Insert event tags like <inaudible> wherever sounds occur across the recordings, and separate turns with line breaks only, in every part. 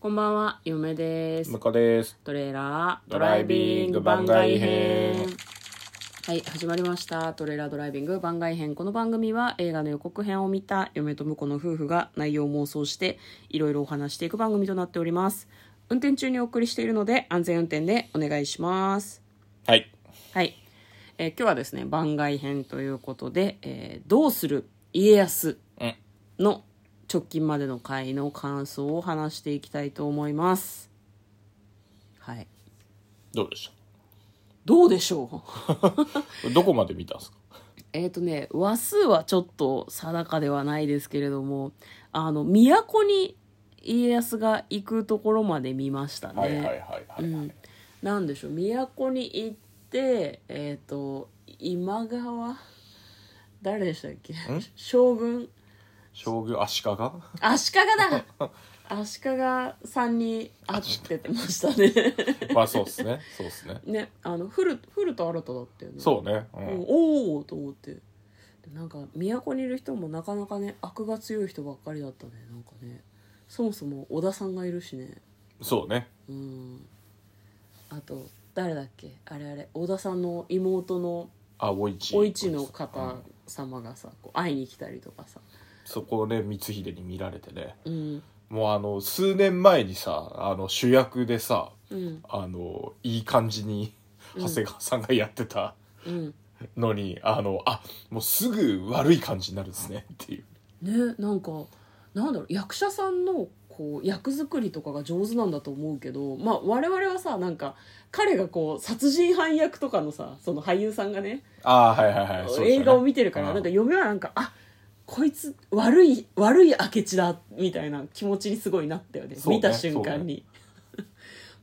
こんばんは、嫁です
向。こうです
トレーラード
ドライビング番外編
はい始まりました「トレーラードライビング番外編」この番組は映画の予告編を見た嫁と婿の夫婦が内容を妄想していろいろお話していく番組となっております運転中にお送りしているので安全運転でお願いします
はい
はい、えー今日はですね番外編ということで「えーどうする家康
うん」
の直近までの回の感想を話していきたいと思いますはい
どうでし
どうでしょう <laughs>
たどこまで見たんですか
えっとね話数はちょっと定かではないですけれどもあの都に家康が行くところまで見ましたね、
はいはいはいはい、
うん、なんでしょう都に行ってえっ、と今川誰でしたっけ将
<laughs>
軍
将軍足利
足利だ足利さんに会っててました
<laughs>
ね
まあそうっすねそうっすね
ねあの古古田新太だったよね
そうね、う
うん
ん、
おおと思ってでなんか都にいる人もなかなかね悪が強い人ばっかりだったねなんかねそもそも織田さんがいるしね
そうね
うんあと誰だっけあれあれ織田さんの妹の
あお市
お市の方
うん
様がさこう会いに来たりとかさ
そこをね光秀に見られてね
うん
もうあの数年前にさあの主役でさ
うん
あのいい感じに
うん
長谷川さんがやってた
うん
のに、あのあもうすぐ悪い感じになるんですねっていう
ねなんかなんだろう役者さんのこう役作りとかが上手なんだと思うけど、まあ、我々はさなんか彼がこう殺人犯役とかのさその俳優さんがね
ああはいはいはいそうですよね
映画を見てるから、
うん
なんか嫁はなんかあこいつ悪い悪い明智だみたいな気持ちにすごいなったよね
そうね
見た瞬間に、 <laughs>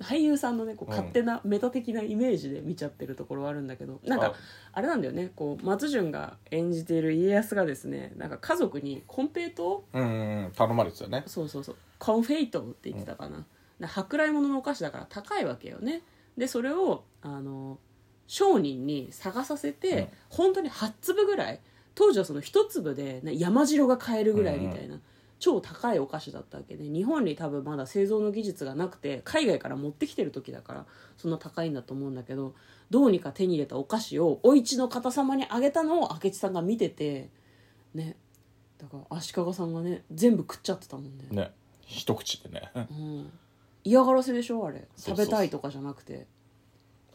俳優さんのねこう勝手なメタ的なイメージで見ちゃってるところはあるんだけどなんかあれなんだよねこう松潤が演じている家康がですねなんか家族にコンペイト
うんうんうん頼まれてたね
そうそうそうコンフェイトって言ってたかな、な舶来物のお菓子だから高いわけよねでそれをあの商人に探させて、
うん
本当に8粒ぐらい当時はその1粒で、ね、山城が買えるぐらいみたいな、超高いお菓子だったわけで日本に多分まだ製造の技術がなくて海外から持ってきてる時だからそんな高いんだと思うんだけどどうにか手に入れたお菓子をお市の方様にあげたのを明智さんが見ててねだから足利さんがね全部食っちゃってたもんね
ね一口でね
うん、嫌がらせでしょあれ
そうそ
食
うそう
べたいとかじゃなくて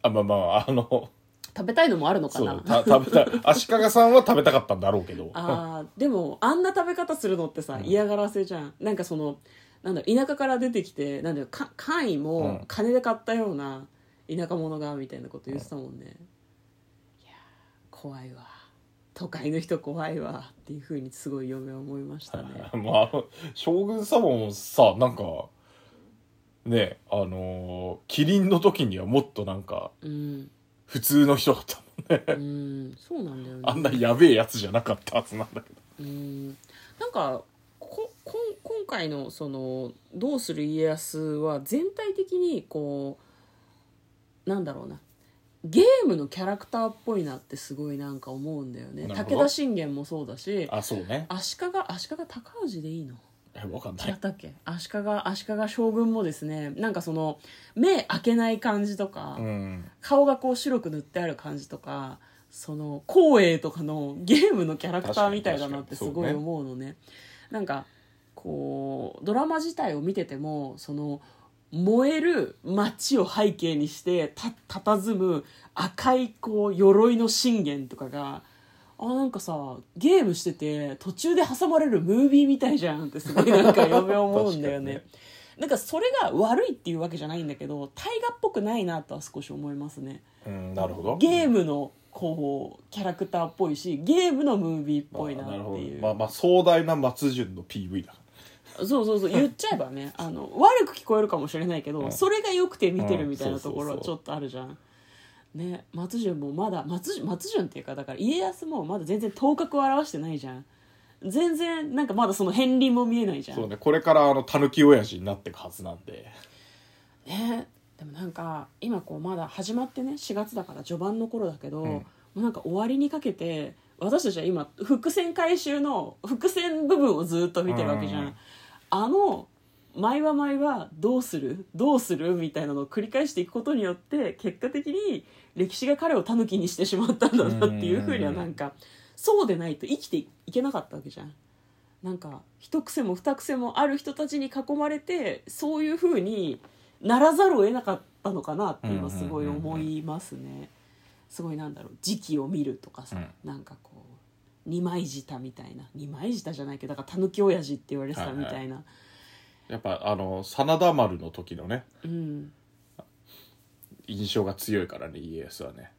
あまあまああの
食べたいのもあるのか
そ
な
うた食べたい足利さんは食べたかったんだろうけど
あーでもあんな食べ方するのってさ、嫌がらせじゃんなんかそのなんだろ田舎から出てきてなんだろうか簡易も
うん
金で買ったような田舎者がみたいなこと言ってたもんね、いやー怖いわ都会の人怖いわっていうふうにすごい嫁は思いましたね
まああの将軍様もさなんかねあのー、キリンの時にはもっとなんか
うん、
普通の人だったもん
うん、そうなんだよね
あんなやべえやつじゃなかったはずなんだけど
うんなんかここん今回のその「どうする家康」は全体的にこうなんだろうなゲームのキャラクターっぽいなってすごいなんか思うんだよね
なるほど
武田信玄もそうだし
あそうね
足利足利高氏でいいの
えわかんな
違っ
い
たっけ足利足利将軍もですねなんかその目開けない感じとか、
うん
顔がこう白く塗ってある感じとかその光栄とかのゲームのキャラクターみたいだなってす
確か
ご
に
い
確かに
思うのねなんかこうドラマ自体を見ててもその燃える街を背景にしてた佇む赤いこう鎧の信玄とかがあなんかさゲームしてて途中で挟まれるムービーみたいじゃんってすごいなんか嫁思うんだよね
確か
なんかそれが悪いっていうわけじゃないんだけど大河っぽくないなとは少し思いますね
うんなるほど
ゲー
ムっ
ムのこうキャラクターっぽいしゲームのムービーっぽいなっ
なるほ
て
ど
いう、
まあまあ壮大な松潤の PV だ
そうそうそう言っちゃえばねあの悪く聞こえるかもしれないけど、
うん
それが良くて見てるみたいなところ
う
は
ん
ち
そ
ょっとあるじゃん。ね、松潤もまだ松潤松潤っていうかだから家康もまだ全然頭角を表してないじゃん全然なんかまだその片鱗も見えないじゃん
そうねこれからあのたぬき親父になっていくはずなんで
ねでもなんか今こうまだ始まってね4月だから序盤の頃だけど、
ん
もうなんか終わりにかけて私たちは今伏線回収の伏線部分をずっと見てるわけじゃん、
うん
あの毎は毎はどうするどうするみたいなのを繰り返していくことによって結果的に歴史が彼をタヌキにしてしまったんだなっていうふうにはなんかそうでないと生きていけなかったわけじゃん。なんか一癖も二癖もある人たちに囲まれてそういうふうにならざるを得なかったのかなって今すごい思いますね。すごいなんだろう時期を見るとかさ、
う
なんかこう二枚舌みたいな二枚舌じゃないけどだからたぬき親父って言われて
は
た
いはい
みたいな、
やっぱあの真田丸の時のね
うん
印象が強いからね家康はね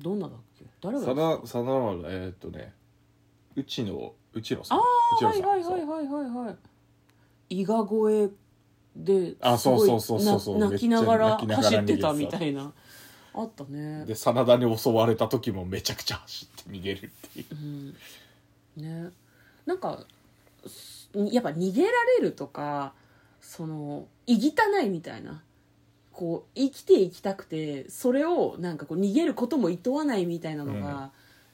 どんなだっけ誰が
真田真田丸えーっとねうちのうちのさん
あ
うちの
はい
さん
はいはいはいはいはい伊賀越えで
あ
すごい
そうそうそうそうそう
な
め
泣
っち
き
ゃ
ながら
泣きながら
走ってた
逃げ
み
てた
たいなあったね
で真田に襲われた時もめちゃくちゃ走って逃げるってい
う
う
んねなんかすやっぱ逃げられるとかそのいぎたないみたいなこう生きていきたくてそれをなんかこう逃げることも厭わないみたいなのが、
うん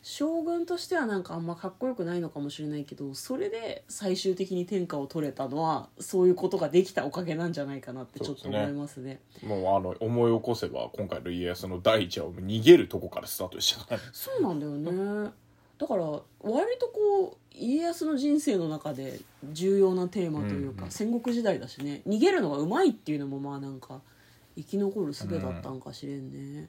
将軍としてはなんかあんまかっこよくないのかもしれないけどそれで最終的に天下を取れたのはそういうことができたおかげなんじゃないかなってちょっと
そうで
思
すね
いますね。
もうあの思い起こせば今回の家康の第一話はもう逃げるとこからスタートでしたからね
そうなんだよねだから割とこう家康の人生の中で重要なテーマというか、
うんうん
戦国時代だしね逃げるのがうまいっていうのもまあなんか生き残る術だったんかしれんね、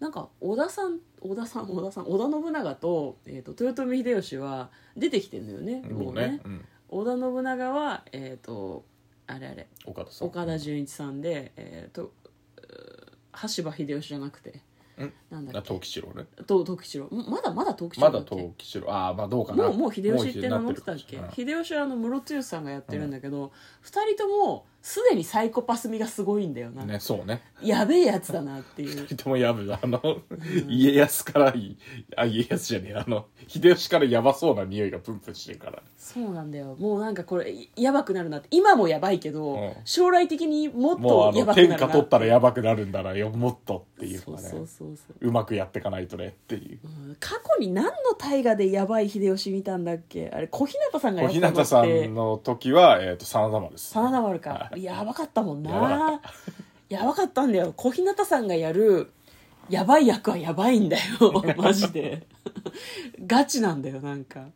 なんか織田さん織田さん織田さん織田信長と,、えー、と豊臣秀吉は出てきてんだよね <laughs>
もうね、うん、
織田信長はえっ、とあれあれ
岡田さん
岡田准一さんで、えーとうー羽柴秀吉じゃなくて
うん
なんだ
あ
っけ
藤吉郎ね
と藤吉郎んまだまだ藤吉
ま
郎だ
だ
っけ
藤吉郎ああまあどうかな
もうもう秀吉って名乗ってたっけ
もう秀吉になるか
秀
もしれない
吉はあの室剛さんがやってるんだけど、二人ともすでにサイコパス味がすごいんだよな、
ねそうね
やべえやつだなって
<laughs>
いう
とてもやぶあの、家康からいあ家康じゃねえあの秀吉からやばそうな匂いがプンプンしてるから
そうなんだよもうなんかこれいやばくなるなって今もやばいけど、
うん
将来的にもっ
もうあ
とや
の
ばくなるな
天下取ったらやばくなるんだなよもっとっていうか
そう
ね
そうそうそう
うまくやってかないとねっていう
うん過去に何の大河でやばい秀吉見たんだっけあれ小日向さんがや
小
ったの
日
って
向さんの時は、えー、と真田丸です
真田丸か、やばかったもん
やばか
なやばかったんだよ小日向さんがやるやばい役はやばいんだ
<laughs>
よマジでガチなんだよなんか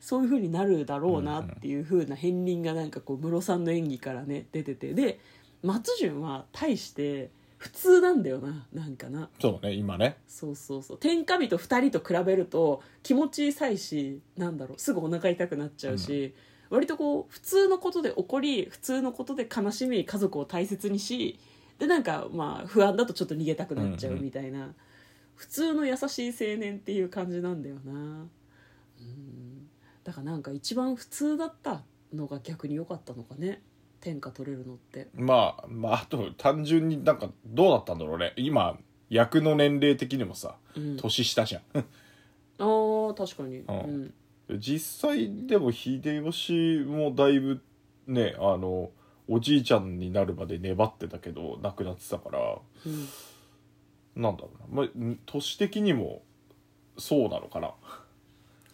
そういう風になるだろうなっていう風な片鱗がなんかこうムロさんの演技からね出ててで松潤は大して普通なんだよななんかな
そうね今ね
そうそうそう天下人2人と比べると気持ちいいさいしなんだろうすぐお腹痛くなっちゃうし、割とこう普通のことで起こり普通のことで悲しみ家族を大切にしでなんかまあ不安だとちょっと逃げたくなっちゃうみたいな、普通の優しい青年っていう感じなんだよなうんだからなんか一番普通だったのが逆に良かったのかね天下取れるのって
まあまああと単純になんかどうだったんだろうね今役の年齢的にもさ
うん
年下じゃん
あー確かにう
うん
ん
実際でも秀吉もだいぶねあのおじいちゃんになるまで粘ってたけど亡くなってたから
うん
なんだろうな、まあ、年的にもそうなのかな
あ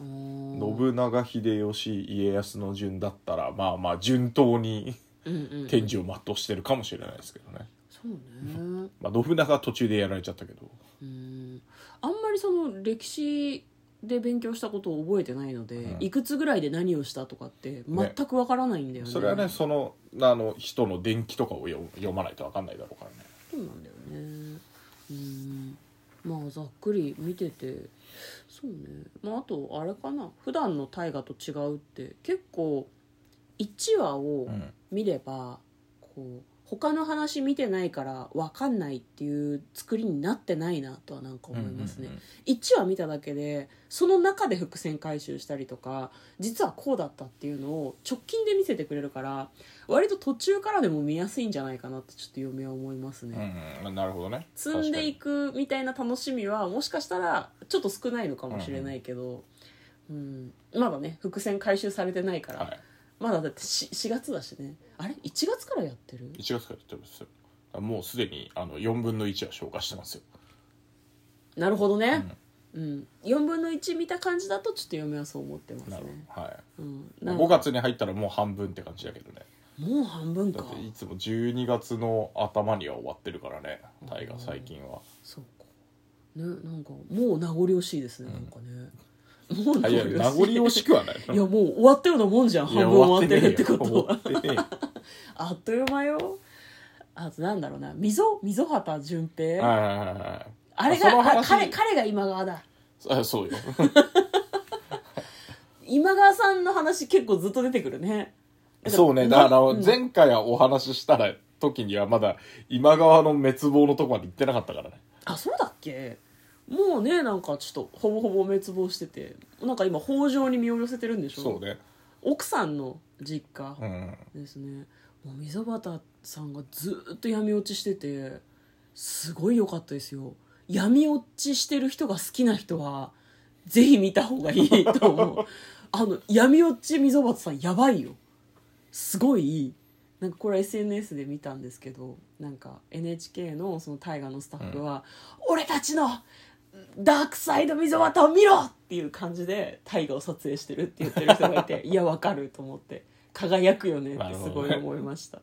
ー
信長秀吉家康の順だったらまあまあ順当に
うんうんうん
天寿を全うしてるかもしれないですけどね、
そうね
まあ、信長は途中でやられちゃったけど
うんあんまりその歴史で勉強したことを覚えてないので、
うん
いくつぐらいで何をしたとかって全くわからないんだよね
それはねそのあの人の伝記とかを読読まないと分かんないだろうからね
そうなんだよねうんまあざっくり見ててそうねまああとあれかな普段の大河と違うって結構1話を
うん
見れば、こう他の話見てないから分かんないっていう作りになってないなとはなんか思いますね、
うんうんうん
1話見ただけでその中で伏線回収したりとか実はこうだったっていうのを直近で見せてくれるから割と途中からでも見やすいんじゃないかなってちょっと嫁は思いますね、
うんうん、なるほどね
積んでいくみたいな楽しみはもしかしたらちょっと少ないのかもしれないけど、うんまだね伏線回収されてないから、
確かにはい
まだだってし 4, 月だしねあれ1月からやってる
1月からやってますよもうすでにあの4分の1は消化してますよ
なるほどね、うん4分の1見た感じだとちょっと嫁はそう思ってます
なる
ね、
ほど、はい
うん、な
まあ
んか
5月に入ったらもう半分って感じだけどね
もう半分
だ
か
っていつも12月の頭には終わってるからねタイが最近は
そうかねなんかもう名残惜しいですね、なんかねもう
あいや名残惜し
い
くはない
<laughs> いやもう終わったようなもんじゃん
い
半
や
分終わってるってことは
終わってねえよ
<laughs> あっという間よあとなんだろうな溝溝端淳平、
はいはいはいはい
あれ
その
があ
話
彼彼が今川だ
あそうよ
今川さんの話結構ずっと出てくるね
そうねだから
うん
前回はお話ししたら時にはまだ今川の滅亡のとこまで行ってなかったからね
あそうだっけもうねなんかちょっとほぼほぼ滅亡しててなんか今北条に身を寄せてるんでしょ
そうね
奥さんの実家
うん <laughs>
ですね、もう溝端さんがずーっと闇落ちしててすごい良かったですよ闇落ちしてる人が好きな人はぜひ見た方がいいと思うあの闇落ち溝端さんやばいよすごいなんかこれ SNS で見たんですけどなんか NHK のその大河のスタッフは「俺たちのダークサイド溝端を見ろ!」っていう感じで大河を撮影してるって言ってる人がいていやわかると思って輝くよねってすごい思いました、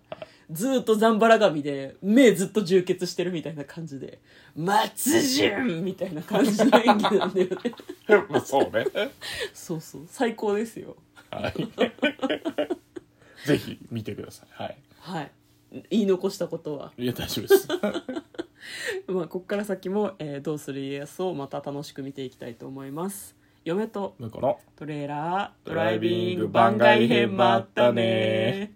ずーっとザンバラ髪で目ずっと充血してるみたいな感じで「松潤!」みたいな感じの演技なんだよね
まあそうね
そうそう最高ですよ
はい <laughs> ぜひ見てくださいはい
はい言い残したことはい
や大丈夫です
まあ、ここから先も、えーどうする家康」をまた楽しく見ていきたいと思います嫁と
向こうの
トレーラード
ドライビング番外編もあったね